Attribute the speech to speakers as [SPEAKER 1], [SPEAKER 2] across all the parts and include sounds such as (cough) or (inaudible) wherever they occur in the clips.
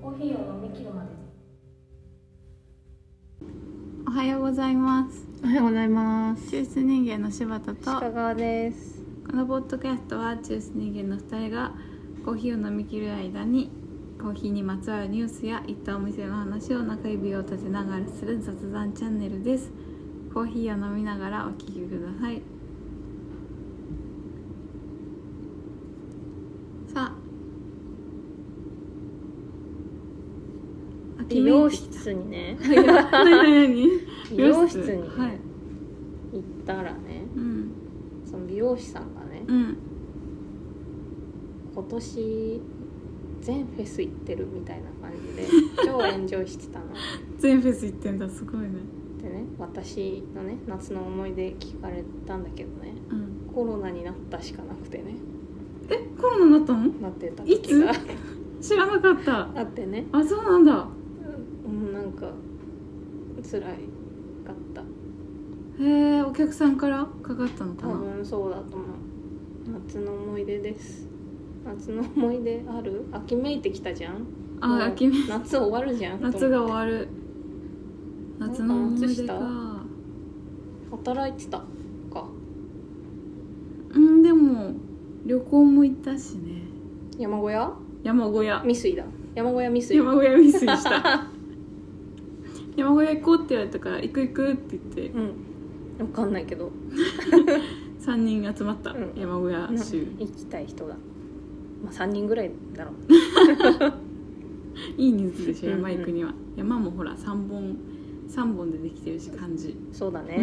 [SPEAKER 1] コーヒーを飲み切るまで
[SPEAKER 2] おはようございます
[SPEAKER 3] おはようございます。
[SPEAKER 2] 中枢人間の柴田と
[SPEAKER 3] 鹿川です。
[SPEAKER 2] このポッドキャストは中枢人間の2人がコーヒーを飲み切る間にコーヒーにまつわるニュースや行ったお店の話を中指を立てながらする雑談チャンネルですコーヒーを飲みながらお聞きくださいさあ
[SPEAKER 3] 美容室にね、
[SPEAKER 2] 何 (laughs) 何
[SPEAKER 3] 美容室にね
[SPEAKER 2] はい
[SPEAKER 3] 行ったらね、
[SPEAKER 2] うん
[SPEAKER 3] その美容師さんがね、
[SPEAKER 2] うん
[SPEAKER 3] 今年全フェス行ってるみたいな感 (laughs) じで超エンジョイしてたの。
[SPEAKER 2] 全フェス行ってんだすごいね
[SPEAKER 3] でね、私のね夏の思い出聞かれたんだけどね、
[SPEAKER 2] うん
[SPEAKER 3] コロナになったしかなくてね、
[SPEAKER 2] えコロナになったの
[SPEAKER 3] なってた時が
[SPEAKER 2] い知らなかった
[SPEAKER 3] あってね、
[SPEAKER 2] あそうなんだ
[SPEAKER 3] うんなんか辛いかった。
[SPEAKER 2] へえお客さんからかかったのか
[SPEAKER 3] 多
[SPEAKER 2] な
[SPEAKER 3] 分そうだと思う夏の思い出です夏の思い出ある秋めいてきたじゃんもう
[SPEAKER 2] あ秋め
[SPEAKER 3] 夏終わるじゃん
[SPEAKER 2] 夏が
[SPEAKER 3] と思
[SPEAKER 2] 終わる夏の思い出か
[SPEAKER 3] なんって働いてたか
[SPEAKER 2] うんでも旅行も行ったしね
[SPEAKER 3] 山小屋
[SPEAKER 2] 山小屋
[SPEAKER 3] 未遂だ山小屋未遂
[SPEAKER 2] 山小屋ミスした
[SPEAKER 3] (laughs)
[SPEAKER 2] 山小屋行こうって言われたから行く行くって言って
[SPEAKER 3] うんわかんないけど、
[SPEAKER 2] 3人集まった、
[SPEAKER 3] うん
[SPEAKER 2] 山小屋
[SPEAKER 3] 行
[SPEAKER 2] 集
[SPEAKER 3] きたい人だまあ3人ぐらいだ
[SPEAKER 2] (laughs)
[SPEAKER 3] ろう
[SPEAKER 2] いい人数でしょ
[SPEAKER 3] うんうん
[SPEAKER 2] 山行くには、山もほら3本3本でできてるし漢字
[SPEAKER 3] そう
[SPEAKER 2] (laughs)
[SPEAKER 3] だね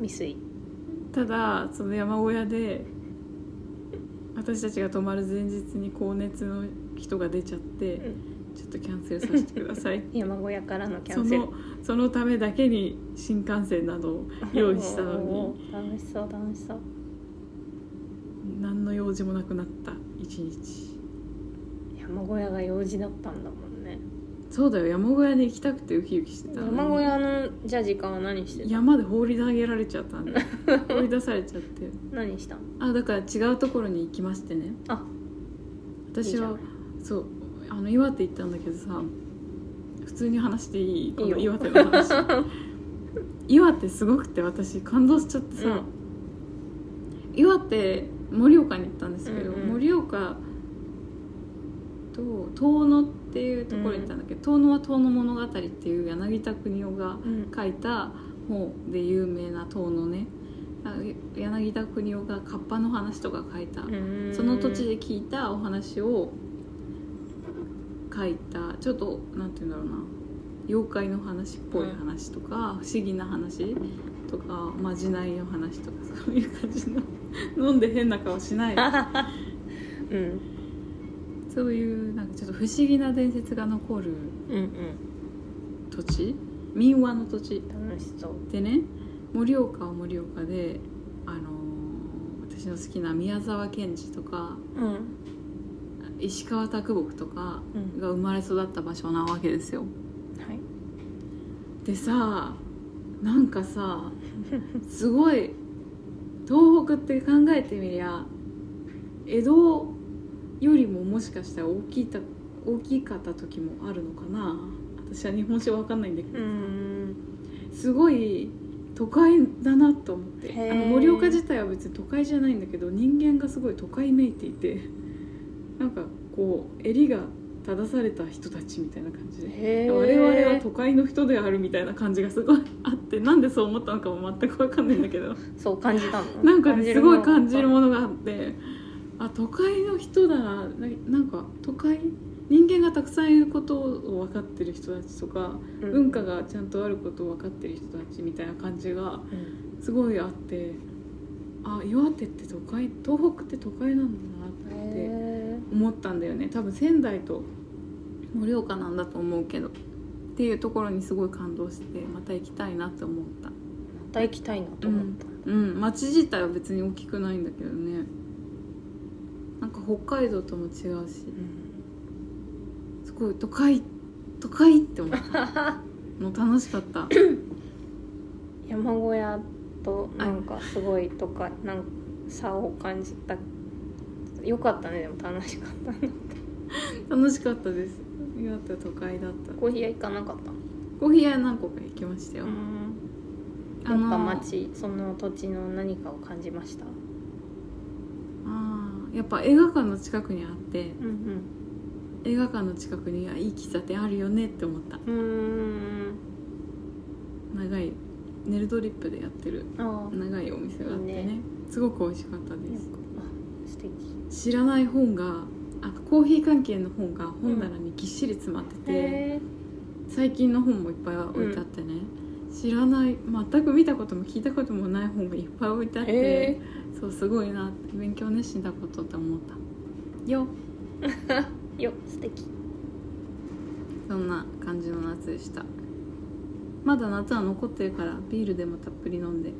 [SPEAKER 3] 未遂
[SPEAKER 2] ただその山小屋で私たちが泊まる前日に高熱の人が出ちゃって、ちょっとキャンセルさせてください
[SPEAKER 3] 山小屋から (laughs) のキャ
[SPEAKER 2] そ
[SPEAKER 3] ンセル
[SPEAKER 2] のそのためだけに新幹線などを用意したのに
[SPEAKER 3] に楽しそう楽しそう
[SPEAKER 2] 何の用事もなくなった一日
[SPEAKER 3] 山小屋が用事だったんだもんね
[SPEAKER 2] そうだよ山小屋に行きたくてウキウキしてたのに
[SPEAKER 3] 山小屋のじゃあ時間は何してた
[SPEAKER 2] 山で放り投げられちゃったん
[SPEAKER 3] (laughs)
[SPEAKER 2] で放り出されちゃって
[SPEAKER 3] 何したの
[SPEAKER 2] あだから違うところに行きましてね
[SPEAKER 3] あいい
[SPEAKER 2] 私
[SPEAKER 3] じゃ
[SPEAKER 2] は
[SPEAKER 3] ない
[SPEAKER 2] そうあの岩手行ったんだけどさ普通に話していいこ
[SPEAKER 3] いいよ
[SPEAKER 2] の岩手の
[SPEAKER 3] (laughs)
[SPEAKER 2] 話岩手すごくて私感動しちゃってさ、
[SPEAKER 3] うん
[SPEAKER 2] 岩手盛岡に行ったんですけど
[SPEAKER 3] うんうん
[SPEAKER 2] 盛、岡と遠野っていうところに行ったんだけど、遠野は遠野物語っていう柳田国男が
[SPEAKER 3] うん
[SPEAKER 2] 書いた本で有名な遠野ねあ柳田国男がカッパの話とか書いたその土地で聞いたお話を書いたちょっとなんて言うんだろうな妖怪の話っぽい話とか、不思議な話とかまじないの話とかそういう感じの飲んで変な顔しない
[SPEAKER 3] うん
[SPEAKER 2] そういうなんかちょっと不思議な伝説が残る
[SPEAKER 3] うん
[SPEAKER 2] 土地民話の土地
[SPEAKER 3] うん楽しそう
[SPEAKER 2] でね盛岡は盛岡で、あのー私の好きな宮沢賢治とか
[SPEAKER 3] うん
[SPEAKER 2] 石川啄木とか
[SPEAKER 3] うん
[SPEAKER 2] が生まれ育った場所なわけですよ
[SPEAKER 3] はい
[SPEAKER 2] でさなんかさすごい東北って考えてみりゃ江戸よりももしかしたら大きいた大きかった時もあるのかな私は日本史は分かんないんだけど
[SPEAKER 3] う
[SPEAKER 2] さ、
[SPEAKER 3] ん
[SPEAKER 2] すごい都会だなと思って
[SPEAKER 3] へー
[SPEAKER 2] あの盛岡自体は別に都会じゃないんだけど人間がすごい都会めいていてなんかこう襟が正された人たちみたいな感じで
[SPEAKER 3] へえ
[SPEAKER 2] 我々は都会の人であるみたいな感じがすごいあっ
[SPEAKER 3] (laughs)
[SPEAKER 2] てなんでそう思ったのかも全く分かんないんだけど
[SPEAKER 3] そう感じたの
[SPEAKER 2] なんかねすごい感じるも
[SPEAKER 3] の
[SPEAKER 2] のがあってあ都会の人だなななんか都会人間がたくさんいることを分かってる人たちとか
[SPEAKER 3] うん
[SPEAKER 2] 文化がちゃんとあることを分かってる人たちみたいな感じが
[SPEAKER 3] うん
[SPEAKER 2] すごいあってあ岩手って都会東北って都会なんだなって
[SPEAKER 3] へ
[SPEAKER 2] 思ったんだよね多分仙台と盛岡なんだと思うけどっていうところにすごい感動してまた行きたいなって思った
[SPEAKER 3] えまた行きたいなと思った
[SPEAKER 2] うん町自体は別に大きくないんだけどねなんか北海道とも違うし
[SPEAKER 3] うん
[SPEAKER 2] すごい都会都会って思った
[SPEAKER 3] (laughs)
[SPEAKER 2] もう楽しかった
[SPEAKER 3] 山小屋となんかすごいとかなんか差を感じたよかったねでも楽しかったな
[SPEAKER 2] 楽しかったです岩手都会だった
[SPEAKER 3] コーヒー屋行かなかった
[SPEAKER 2] コーヒー屋何個か行きましたよ、
[SPEAKER 3] うんや
[SPEAKER 2] あ
[SPEAKER 3] っ
[SPEAKER 2] の
[SPEAKER 3] ぱ街その土地の何かを感じました
[SPEAKER 2] あーやっぱ映画館の近くにあって
[SPEAKER 3] うん
[SPEAKER 2] 映画館の近くにあいい喫茶店あるよねって思った
[SPEAKER 3] うんうん
[SPEAKER 2] 長いネルドリップでやってる
[SPEAKER 3] ああ
[SPEAKER 2] 長いお店があってね
[SPEAKER 3] いいね
[SPEAKER 2] すごく美味しかったで
[SPEAKER 3] よくあ素敵
[SPEAKER 2] す知らない本があコーヒー関係の本が本棚にぎっしり詰まってて、
[SPEAKER 3] へえ
[SPEAKER 2] 最近の本もいっぱい置いてあってね、知らない全く見たことも聞いたこともない本がいっぱい置いてあって、
[SPEAKER 3] へ
[SPEAKER 2] そうすごいなって勉強熱心だことって思ったよ
[SPEAKER 3] えよ素敵
[SPEAKER 2] そんな感じの夏でしたまだ夏は残ってるからビールでもたっぷり飲んで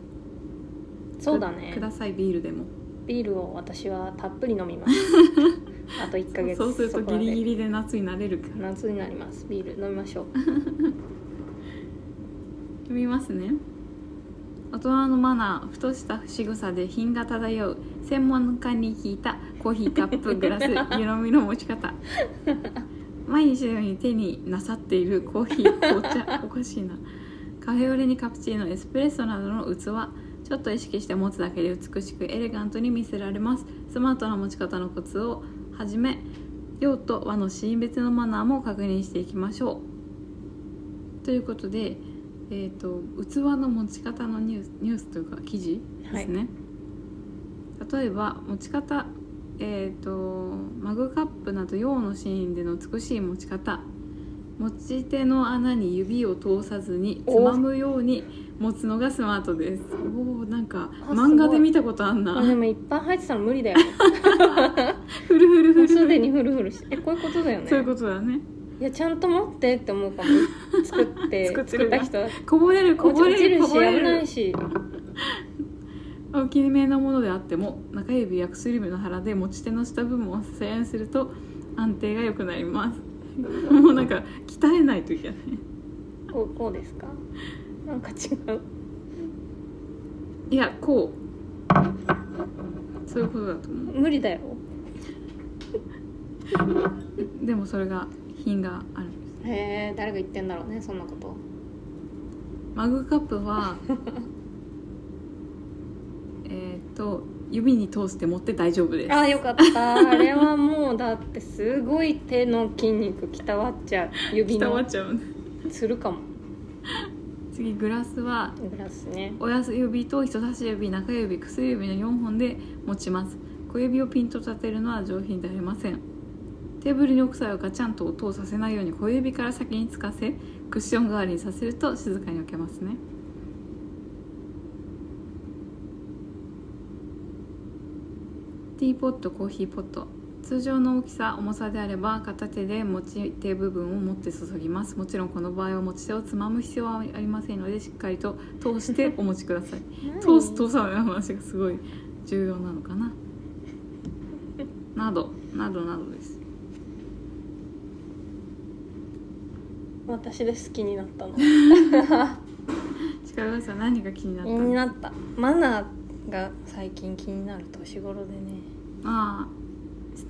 [SPEAKER 3] そうだ
[SPEAKER 2] く
[SPEAKER 3] ね
[SPEAKER 2] ださいビールでも
[SPEAKER 3] ビールを私はたっぷり飲みます (laughs) あと1ヶ月
[SPEAKER 2] そうすると
[SPEAKER 3] そこら
[SPEAKER 2] ギ
[SPEAKER 3] で
[SPEAKER 2] リギリで夏になれるから
[SPEAKER 3] 夏になりますビール飲みましょう
[SPEAKER 2] 読みますね大人のマナーふとした仕草で品が漂う専門家に聞いたコーヒーカップグ
[SPEAKER 3] (laughs)
[SPEAKER 2] ラス湯飲みの持ち方毎日のように手になさっているコーヒー紅茶おかしいなカフェオレにカプチーノエスプレッソなどの器ちょっと意識して持つだけで美しくエレガントに見せられますスマートな持ち方のコツをはじめ量と和のシーン別のマナーも確認していきましょうということで、えー、と器の持ち方のニュースニュースというか記事ですね、例えば持ち方、えー、とマグカップなど用のシーンでの美しい持ち方持ち手の穴に指を通さずにつまむように持つのがスマートですおおなんか
[SPEAKER 3] あ
[SPEAKER 2] 漫画
[SPEAKER 3] すご
[SPEAKER 2] で
[SPEAKER 3] い
[SPEAKER 2] 見たことあんな
[SPEAKER 3] あ
[SPEAKER 2] (laughs)
[SPEAKER 3] でもいっぱい入ってたら無理だ (laughs) よ
[SPEAKER 2] ふるふるふ
[SPEAKER 3] も
[SPEAKER 2] る
[SPEAKER 3] うす
[SPEAKER 2] ふ
[SPEAKER 3] で
[SPEAKER 2] る
[SPEAKER 3] にフルフルしてえこういうことだよね
[SPEAKER 2] そういうことだね
[SPEAKER 3] いやちゃんと持ってって思うかも作って
[SPEAKER 2] 作って
[SPEAKER 3] (laughs) 作っ
[SPEAKER 2] る
[SPEAKER 3] た人は
[SPEAKER 2] こぼれるこ
[SPEAKER 3] 落
[SPEAKER 2] ぼ
[SPEAKER 3] ち
[SPEAKER 2] れ
[SPEAKER 3] る
[SPEAKER 2] るこ
[SPEAKER 3] し危
[SPEAKER 2] ぼれ
[SPEAKER 3] な
[SPEAKER 2] る
[SPEAKER 3] いし
[SPEAKER 2] 大きめなものであっても中指や薬指の腹で持ち手の下部分を支え合いすると安定が良くなります
[SPEAKER 3] (laughs)
[SPEAKER 2] もうなんか鍛えないといけない
[SPEAKER 3] こうこうですかなんか違う
[SPEAKER 2] いやこうそういうことだと思
[SPEAKER 3] 無理だよ
[SPEAKER 2] うでもそれが品があるんです
[SPEAKER 3] へえ誰が言ってんだろうねそんなこと
[SPEAKER 2] マグカップは (laughs) えっと指に通して持って大丈夫です
[SPEAKER 3] あーよかったあれはもうだってすごい手の筋肉きたわっちゃう
[SPEAKER 2] (laughs)
[SPEAKER 3] 指
[SPEAKER 2] 伝わ
[SPEAKER 3] の
[SPEAKER 2] っちゃうね
[SPEAKER 3] するかも
[SPEAKER 2] 次グラスは
[SPEAKER 3] グラス
[SPEAKER 2] (laughs)
[SPEAKER 3] ね
[SPEAKER 2] 親指と人差し指中指薬指の4本で持ちます小指をピンと立てるのは上品ではありませんテーブルに置く際はガチャンと音をさせないように小指から先につかせクッション代わりにさせると静かに置けますねティーポットコーヒーポット通常の大きさ重さであれば片手で持ち手部分を持って注ぎますもちろんこの場合は持ち手をつまむ必要はありませんのでしっかりと通してお持ちください通す通さないの話がすごい重要なの
[SPEAKER 3] (laughs)
[SPEAKER 2] かななどなどなどです
[SPEAKER 3] 私です気になったの
[SPEAKER 2] 力さん何が気になっ
[SPEAKER 3] 気
[SPEAKER 2] た
[SPEAKER 3] に
[SPEAKER 2] の
[SPEAKER 3] なったマナーが最近気になる年頃でね
[SPEAKER 2] ああ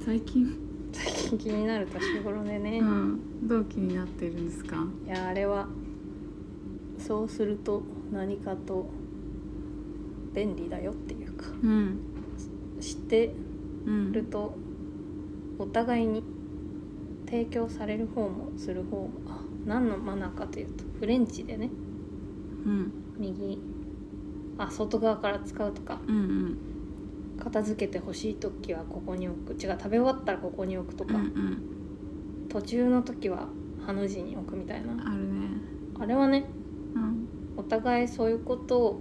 [SPEAKER 2] 最近
[SPEAKER 3] 最近気になる年頃でね、
[SPEAKER 2] うんどう気になっているんですか
[SPEAKER 3] いやあれはそうすると何かと便利だよっていうか
[SPEAKER 2] うん
[SPEAKER 3] 知って
[SPEAKER 2] う
[SPEAKER 3] る
[SPEAKER 2] ん
[SPEAKER 3] とお互いに提供される方もする方もあ何のマナーかというとフレンチでね
[SPEAKER 2] うん
[SPEAKER 3] 右あ外側から使うとか
[SPEAKER 2] うんうん
[SPEAKER 3] 片付けてほしい時はここに置く違う食べ終わったらここに置くと
[SPEAKER 2] う
[SPEAKER 3] か、
[SPEAKER 2] ん
[SPEAKER 3] 途中の時はハの字に置くみたい
[SPEAKER 2] うん
[SPEAKER 3] な
[SPEAKER 2] あるね
[SPEAKER 3] あれはね
[SPEAKER 2] うん
[SPEAKER 3] お互いそういうことを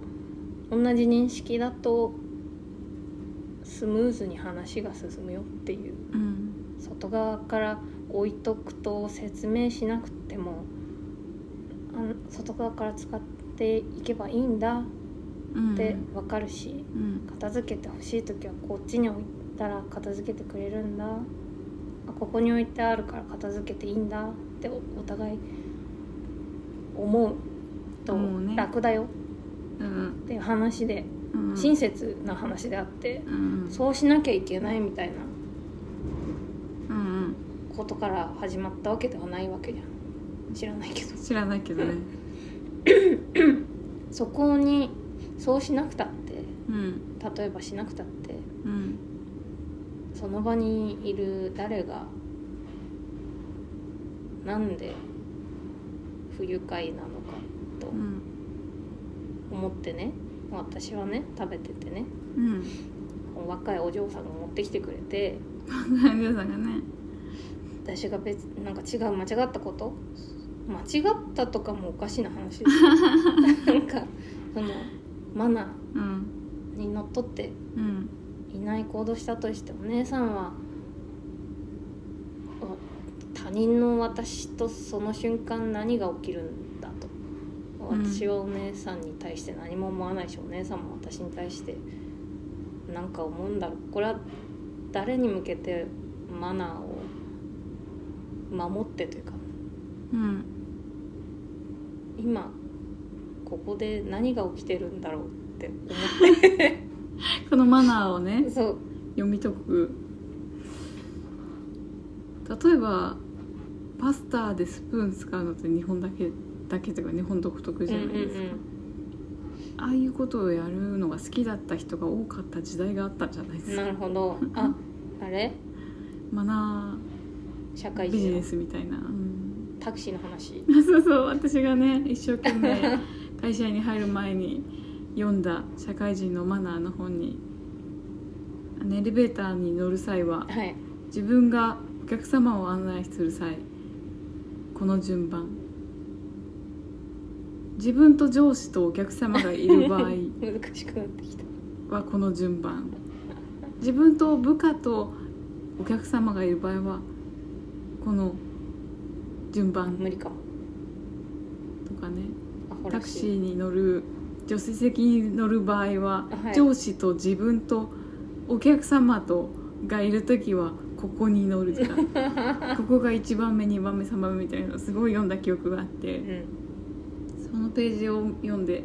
[SPEAKER 3] 同じ認識だとスムーズに話が進むよっていう
[SPEAKER 2] うん
[SPEAKER 3] 外側から置いとくと説明しなくてもあの外側から使っていけばいいんだ
[SPEAKER 2] うん
[SPEAKER 3] って分かるし、
[SPEAKER 2] うん
[SPEAKER 3] 片付けてほしい時はこっちに置いたら片付けてくれるんだあここに置いてあるから片付けていいんだっっておお互い思うと
[SPEAKER 2] 思うね
[SPEAKER 3] 楽だよ
[SPEAKER 2] うん
[SPEAKER 3] っていう話で、
[SPEAKER 2] うん
[SPEAKER 3] 親切な話であって、
[SPEAKER 2] うん
[SPEAKER 3] そうしなきゃいけないみたいな
[SPEAKER 2] うん
[SPEAKER 3] ことから始まったわけではないわけじゃん知らないけど
[SPEAKER 2] うん知らないけどね
[SPEAKER 3] そこにそうしなくたって
[SPEAKER 2] うん
[SPEAKER 3] 例えばしなくたって
[SPEAKER 2] うん
[SPEAKER 3] その場にいる誰がなんで不愉快なのかと
[SPEAKER 2] うん
[SPEAKER 3] 思ってね私はね食べててね
[SPEAKER 2] うん
[SPEAKER 3] 若いお嬢さんが持ってきてくれて
[SPEAKER 2] 大丈夫だがね
[SPEAKER 3] 私が別なんか違う間違ったこと間違ったとかもおかしな話ですなんかそのマナ
[SPEAKER 2] うん
[SPEAKER 3] ーにのっとって
[SPEAKER 2] うん
[SPEAKER 3] いない行動したとしてお姉さんはお他人の私とその瞬間何が起きるんだと
[SPEAKER 2] うん
[SPEAKER 3] 私はお姉さんに対して何も思わないし、お姉さんも私に対して何か思うんだろうこれは誰に向けてマナーを守ってというか
[SPEAKER 2] うん
[SPEAKER 3] 今ここで何が起きてるんだろうって思
[SPEAKER 2] このマナーを
[SPEAKER 3] って
[SPEAKER 2] ね
[SPEAKER 3] (laughs) そう
[SPEAKER 2] 読み解く例えばパスタでスプーン使うのって日本だけだけというか日本独特
[SPEAKER 3] うん
[SPEAKER 2] じ
[SPEAKER 3] う
[SPEAKER 2] ゃ
[SPEAKER 3] んう
[SPEAKER 2] ないですか、
[SPEAKER 3] ん
[SPEAKER 2] ああいうことをやるのが好きだった人が多かった時代があったんじゃないです
[SPEAKER 3] な
[SPEAKER 2] か
[SPEAKER 3] るほどああれ
[SPEAKER 2] マナ
[SPEAKER 3] 社
[SPEAKER 2] ー
[SPEAKER 3] 会
[SPEAKER 2] ビジ
[SPEAKER 3] 人
[SPEAKER 2] ネスみたいな、うん
[SPEAKER 3] タクシーの話
[SPEAKER 2] (laughs) そうそう私がね一生懸命会社に入る前に読んだ社会人のマナーの本にあのエレベーターに乗る際は
[SPEAKER 3] はい
[SPEAKER 2] 自分がお客様を案内する際この順番自分と上司とお客様がいる場合
[SPEAKER 3] 難しくなってきた
[SPEAKER 2] はこの順番自分と部下とお客様がいる場合はこの順番
[SPEAKER 3] 無理かも
[SPEAKER 2] とかね
[SPEAKER 3] アホ
[SPEAKER 2] タ
[SPEAKER 3] ら
[SPEAKER 2] ク
[SPEAKER 3] しい
[SPEAKER 2] シーに乗る助手席に乗る場合は、
[SPEAKER 3] はい
[SPEAKER 2] 上司と自分とお客様とがいる時はここに乗る
[SPEAKER 3] (laughs)
[SPEAKER 2] とかここが1番目2番目3番目みたいなのをすごい読んだ記憶があって
[SPEAKER 3] うん
[SPEAKER 2] そのページを読んで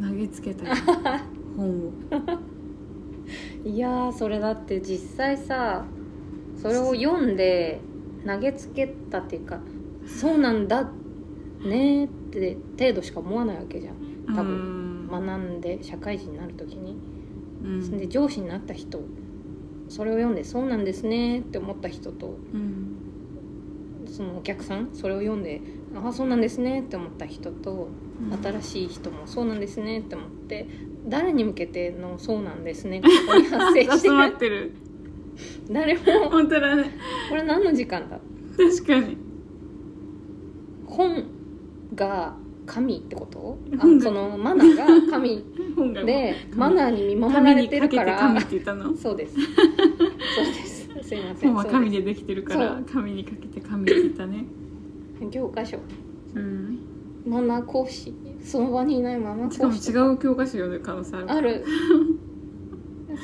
[SPEAKER 2] 投げつけ
[SPEAKER 3] (laughs)
[SPEAKER 2] たよ本を
[SPEAKER 3] いやーそれだって実際さそれを読んで投げつけたっていうかそうなんだねーって程度しか思わないわけじゃん多
[SPEAKER 2] 分
[SPEAKER 3] 学んで社会人になる時に
[SPEAKER 2] うん
[SPEAKER 3] そんで上司になった人それを読んでそうなんですねーって思った人と
[SPEAKER 2] うん
[SPEAKER 3] そのお客さんそれを読んでああそうなんですねーって思った人と
[SPEAKER 2] うん
[SPEAKER 3] 新しい人もそうなんですねって思って誰に向けてのそうなんですねここに発生して
[SPEAKER 2] 集まっ
[SPEAKER 3] る
[SPEAKER 2] てる
[SPEAKER 3] 誰も
[SPEAKER 2] 本当だね
[SPEAKER 3] これ何の時間だ
[SPEAKER 2] 確かに
[SPEAKER 3] 本が神ってことあ
[SPEAKER 2] 本が
[SPEAKER 3] そのマナーが神
[SPEAKER 2] 本が
[SPEAKER 3] で
[SPEAKER 2] (laughs)
[SPEAKER 3] マナーに見守ら
[SPEAKER 2] 紙
[SPEAKER 3] れ
[SPEAKER 2] に
[SPEAKER 3] て
[SPEAKER 2] か
[SPEAKER 3] る
[SPEAKER 2] け
[SPEAKER 3] か
[SPEAKER 2] て紙
[SPEAKER 3] ら
[SPEAKER 2] って言ったの
[SPEAKER 3] (laughs) そうですそうですすいません
[SPEAKER 2] 本は
[SPEAKER 3] そう
[SPEAKER 2] 紙
[SPEAKER 3] で
[SPEAKER 2] でできてるから
[SPEAKER 3] そう
[SPEAKER 2] 紙にかけて紙って言ったね
[SPEAKER 3] す教科書
[SPEAKER 2] うん
[SPEAKER 3] マナー講師その場にいないマナー
[SPEAKER 2] しか
[SPEAKER 3] 講
[SPEAKER 2] も
[SPEAKER 3] 師と
[SPEAKER 2] 違う教科書読んでる可能性ある
[SPEAKER 3] ある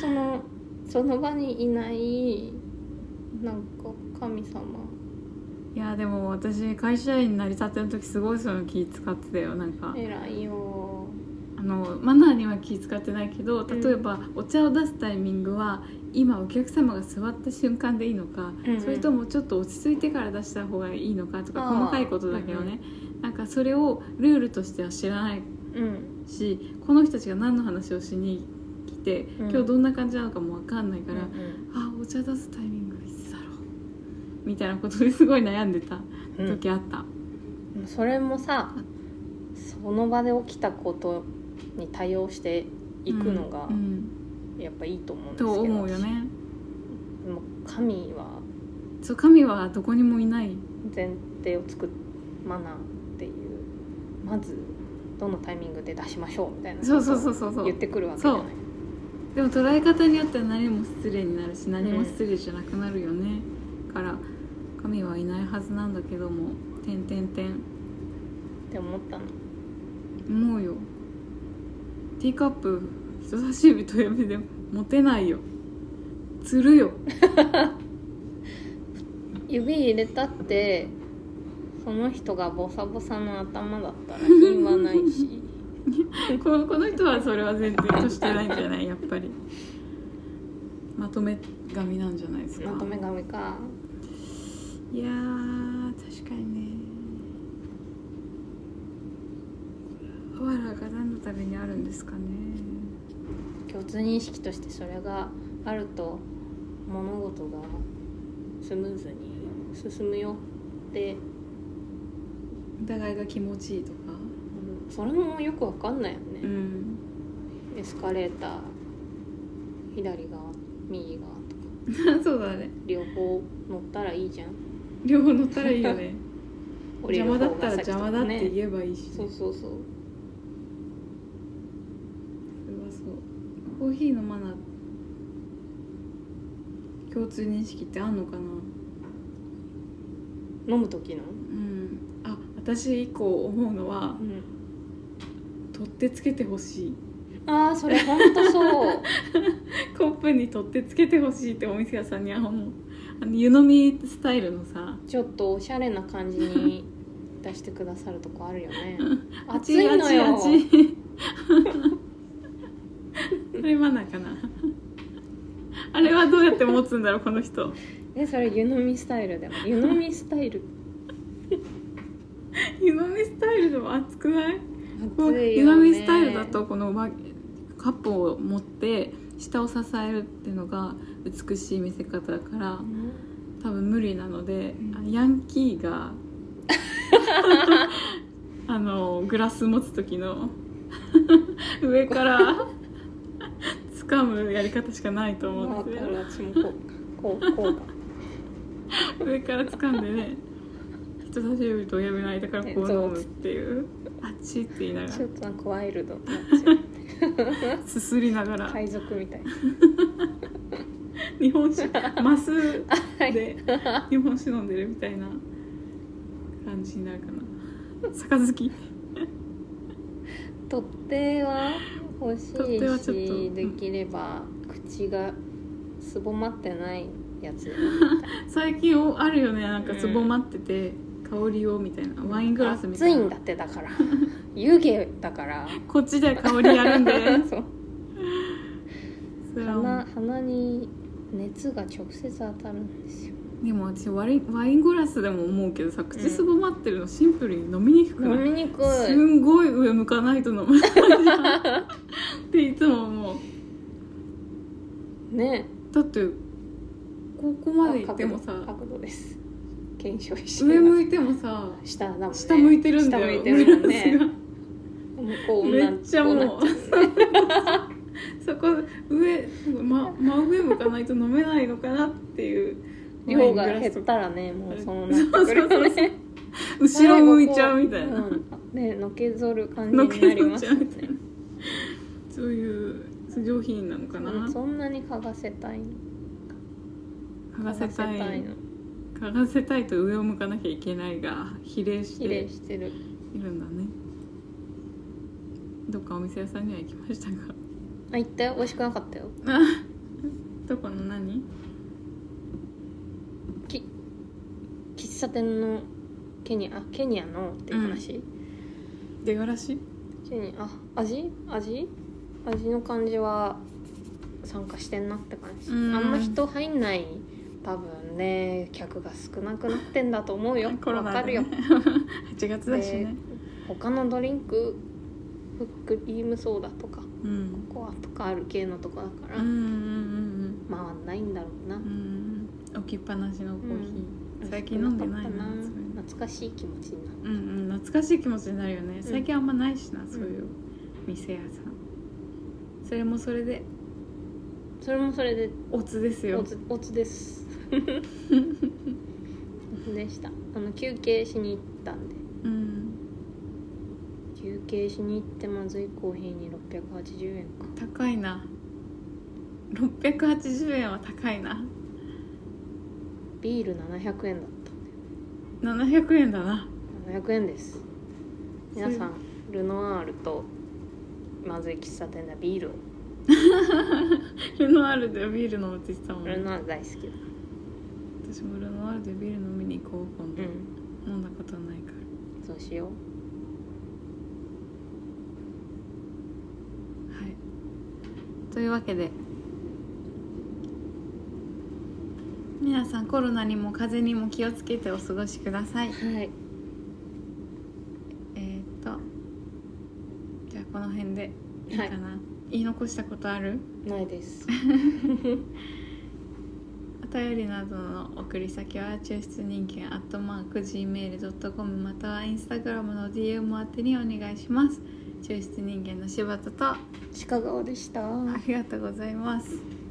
[SPEAKER 3] そのその場にいないなんか神様
[SPEAKER 2] いやでも私会社員になりたての時すごいそういうの気使ってたよなんか
[SPEAKER 3] 偉いよ
[SPEAKER 2] あのマナーには気使ってないけど例えばお茶を出すタイミングは今お客様が座った瞬間でいいのか、
[SPEAKER 3] うんうん
[SPEAKER 2] それともちょっと落ち着いてから出した方がいいのかとか
[SPEAKER 3] あー
[SPEAKER 2] 細かいことだけどね、なんかそれをルールとしては知らない
[SPEAKER 3] うん
[SPEAKER 2] しこの人たちが何の話をしに来て、
[SPEAKER 3] ん
[SPEAKER 2] 今日どんな感じなのかも分かんないから、
[SPEAKER 3] うん
[SPEAKER 2] あお茶出すタイミングいつだろうみたいなことですごい悩んでた
[SPEAKER 3] うん
[SPEAKER 2] 時あった、
[SPEAKER 3] それもさその場で起きたことに対応していくのが
[SPEAKER 2] うん
[SPEAKER 3] やっぱいいと思うんですけど、
[SPEAKER 2] と思うよね
[SPEAKER 3] 私もう神は
[SPEAKER 2] そう神はどこにもいない
[SPEAKER 3] 前提を作っマナーっていうまずどのタイミングで出しましょうみたいな
[SPEAKER 2] そうそうそうそうそう
[SPEAKER 3] 言ってくるわけじゃない
[SPEAKER 2] でも捉え方によっては何も失礼になるし何も失礼じゃなくなるよね、から神はいないはずなんだけども「てんてんてん
[SPEAKER 3] って思ったの」
[SPEAKER 2] 思うよティーカップ人差し指と親指で持てないよつる (laughs) よ
[SPEAKER 3] 指入れたってその人がボサボサの頭だったら品はな
[SPEAKER 2] (laughs)
[SPEAKER 3] いし
[SPEAKER 2] このこの人はそれは全然としてないんじゃないやっぱりまとめ髪なんじゃないですか
[SPEAKER 3] まとめ髪か
[SPEAKER 2] いやー確かにねわらが何のためにあるんですかね
[SPEAKER 3] 共通認識としてそれがあると物事がスムーズに進むよって
[SPEAKER 2] お互いが気持ちいいとか
[SPEAKER 3] それもよくわかんないよね、
[SPEAKER 2] ん (laughs)
[SPEAKER 3] エスカレーター左側右側とか
[SPEAKER 2] そうだね
[SPEAKER 3] 両方乗ったらいいじゃん
[SPEAKER 2] 両方乗ったらいいよ (laughs) ね
[SPEAKER 3] 降り
[SPEAKER 2] 邪
[SPEAKER 3] る方
[SPEAKER 2] 魔
[SPEAKER 3] が
[SPEAKER 2] だったら
[SPEAKER 3] 先と
[SPEAKER 2] 邪
[SPEAKER 3] か
[SPEAKER 2] 魔だっ
[SPEAKER 3] ね
[SPEAKER 2] て言えばいいし、
[SPEAKER 3] そうそうそう
[SPEAKER 2] それはそうコーヒーのマナー共通認識ってあんのかな
[SPEAKER 3] 飲む時の、
[SPEAKER 2] うんあ私以降思うのは
[SPEAKER 3] うん、
[SPEAKER 2] 取ってつけてほしい
[SPEAKER 3] ああそれほんとそう (laughs)
[SPEAKER 2] コップに取ってつけてほしいってお店屋さんにあのあの湯飲みスタイルのさ
[SPEAKER 3] ちょっとおしゃれな感じに出してくださるとこあるよね
[SPEAKER 2] (laughs) あ
[SPEAKER 3] 暑いのよ
[SPEAKER 2] 熱い熱いそれマナーかなあれはどうやって持つんだろうこの人
[SPEAKER 3] (laughs) えそれ湯飲みスタイルでも湯飲みスタイル
[SPEAKER 2] 湯飲みスタイルでも熱くないこう
[SPEAKER 3] 熱い
[SPEAKER 2] 湯
[SPEAKER 3] よ
[SPEAKER 2] 飲
[SPEAKER 3] ね
[SPEAKER 2] みスタイルだとこのわカップを持って下を支えるっていうのが美しい見せ方だから
[SPEAKER 3] うん
[SPEAKER 2] 多分無理なので、
[SPEAKER 3] うん
[SPEAKER 2] あヤンキー
[SPEAKER 3] (laughs)
[SPEAKER 2] があのグラス持つ時の上から掴むやり方しかないと思
[SPEAKER 3] わ
[SPEAKER 2] うん
[SPEAKER 3] か
[SPEAKER 2] です
[SPEAKER 3] る
[SPEAKER 2] よ
[SPEAKER 3] 私もこうこうこうか
[SPEAKER 2] 上から掴んでね人差し指と親指の間からこう飲むっていうあっちって言いなが
[SPEAKER 3] ちょっとなんかワイルドになっち
[SPEAKER 2] らすすりなが
[SPEAKER 3] ゃう
[SPEAKER 2] ら
[SPEAKER 3] 海賊みたいな
[SPEAKER 2] 日本酒マスで日本酒飲んでるみたいな感じになるかな杯
[SPEAKER 3] 取っ手は欲し
[SPEAKER 2] 取っ
[SPEAKER 3] い
[SPEAKER 2] 手は
[SPEAKER 3] し
[SPEAKER 2] ちょっとうん
[SPEAKER 3] できれば口がすぼまってないやつ
[SPEAKER 2] 最近おあるよねなんかつぼまってて、香りをみたいなワイングラスみた
[SPEAKER 3] 熱
[SPEAKER 2] い
[SPEAKER 3] い
[SPEAKER 2] なん
[SPEAKER 3] だってだから湯気だから
[SPEAKER 2] こっちで香りやるんで
[SPEAKER 3] そう
[SPEAKER 2] それはも
[SPEAKER 3] 鼻
[SPEAKER 2] う
[SPEAKER 3] 鼻に熱が直接当たるんですよ
[SPEAKER 2] でも私ワインワイングラスでも思うけどさ口すぼまってるのシンプルに飲みにくくない、
[SPEAKER 3] 飲みにく
[SPEAKER 2] す
[SPEAKER 3] い
[SPEAKER 2] んごい上向かないと飲めないじゃんっていつも思う
[SPEAKER 3] ね
[SPEAKER 2] だってここまで行ってもさ
[SPEAKER 3] 角度角度です検証して
[SPEAKER 2] 上向いてもさ
[SPEAKER 3] 下だもんね
[SPEAKER 2] 下向いてるんだよ
[SPEAKER 3] 下向いてるもんね
[SPEAKER 2] グ
[SPEAKER 3] 向こう
[SPEAKER 2] ラスが
[SPEAKER 3] 女
[SPEAKER 2] (laughs) めっちゃもう
[SPEAKER 3] こ
[SPEAKER 2] そこ上、ま、真上向かないと飲めないのかなっていう
[SPEAKER 3] うなっちゃう量が減ったらねもうそうなってくるよね
[SPEAKER 2] (laughs) 後ろ向いちゃうみたいな、
[SPEAKER 3] ん、ねのけぞる感じ
[SPEAKER 2] の
[SPEAKER 3] に
[SPEAKER 2] け
[SPEAKER 3] なり
[SPEAKER 2] ぞっ
[SPEAKER 3] ま
[SPEAKER 2] ち
[SPEAKER 3] す
[SPEAKER 2] ゃう
[SPEAKER 3] よ
[SPEAKER 2] みたい
[SPEAKER 3] ね
[SPEAKER 2] なそういう上品なのかな
[SPEAKER 3] うんそんなに嗅がせたいの
[SPEAKER 2] 嗅がせたい
[SPEAKER 3] の
[SPEAKER 2] 嗅がせたいと上を向かなきゃいけないが比例し
[SPEAKER 3] 綺麗
[SPEAKER 2] て
[SPEAKER 3] してる
[SPEAKER 2] いるんだねどっかお店屋さんには行きましたが
[SPEAKER 3] あ行ったよ美味しくなかったよ
[SPEAKER 2] あどこの何
[SPEAKER 3] き喫茶店のケニアあケニアのっていう話、
[SPEAKER 2] 出がらし
[SPEAKER 3] ケニアあ味味味の感じは参加してんなって感じあ
[SPEAKER 2] うん
[SPEAKER 3] んま人入んない多分ね客が少なくなってんだと思うよ
[SPEAKER 2] コロ
[SPEAKER 3] わか
[SPEAKER 2] ナ
[SPEAKER 3] る
[SPEAKER 2] で、ね、
[SPEAKER 3] よ
[SPEAKER 2] 8月だしね、
[SPEAKER 3] 他のドリンクフックリームソーダとか
[SPEAKER 2] うん、
[SPEAKER 3] コアとかある系のとこだか
[SPEAKER 2] う
[SPEAKER 3] ら、
[SPEAKER 2] んうんうん
[SPEAKER 3] 回んないんだろうな、
[SPEAKER 2] うんうん置きっぱなしのコーヒー、最近飲んでないな
[SPEAKER 3] 美味しくかった
[SPEAKER 2] そういうの
[SPEAKER 3] 懐かしい気持ちになる
[SPEAKER 2] うんうん懐かしい気持ちになるよね最近あんまないしな、そういう店屋さんそれもそれで
[SPEAKER 3] それもそれで
[SPEAKER 2] おつですよ
[SPEAKER 3] おつおつです (laughs)
[SPEAKER 2] (laughs)
[SPEAKER 3] おつでしたあの休憩しに行ったんで
[SPEAKER 2] うん
[SPEAKER 3] 休憩しに行ってまずいコーヒーに680円か
[SPEAKER 2] 高いな680円は高いな
[SPEAKER 3] ビール700円だっ
[SPEAKER 2] 700円だな
[SPEAKER 3] た700円です皆さんルノアールとまずい喫茶店でビールを
[SPEAKER 2] ルノワールでビール飲むって言ってたもん
[SPEAKER 3] 俺のは大好きだ
[SPEAKER 2] 私もルノワールでビール飲みに行こう今
[SPEAKER 3] う
[SPEAKER 2] 度、
[SPEAKER 3] ん
[SPEAKER 2] 飲んだことないから
[SPEAKER 3] そうしよう
[SPEAKER 2] はいというわけで皆さんコロナにも風邪にも気をつけてお過ごしください
[SPEAKER 3] はい
[SPEAKER 2] えー、っとじゃあこの辺でいいかな、言い残したことある
[SPEAKER 3] ないです
[SPEAKER 2] お便りなどの送り先は抽出人間アットマーク Gmail.com またはインスタグラムの DM 宛てにお願いします抽出人間の柴田とあ
[SPEAKER 3] (laughs) 鹿川でした
[SPEAKER 2] りがとうございます